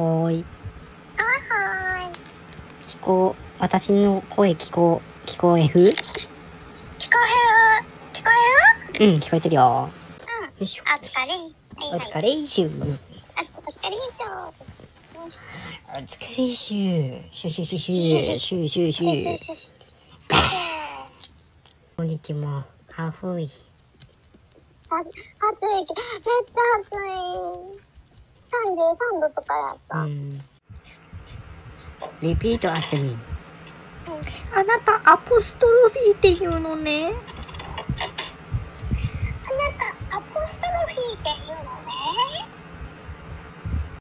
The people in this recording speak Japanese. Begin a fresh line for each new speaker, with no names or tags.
ーい。
はーい。
気候、私の声聞こう、聞こえふ
聞こえる聞こえる
うん、聞こえてるよ。
うん。
よいしょ。
お疲れ。は
お
いはい
疲れいしゅ。
お疲れでしょ。
お疲れいしゅ。シュシュシュシュ、シュシュシ
シュシ
ュ。
ュシュシュ
こんにちは。あふい。
あ暑い。めっちゃ暑い。33度とかやっ
う
た。
ん。リピートアスミン。
うん
あなた、アポストロフィーっていうのね。
あなた、アポストロフィーって言うのね。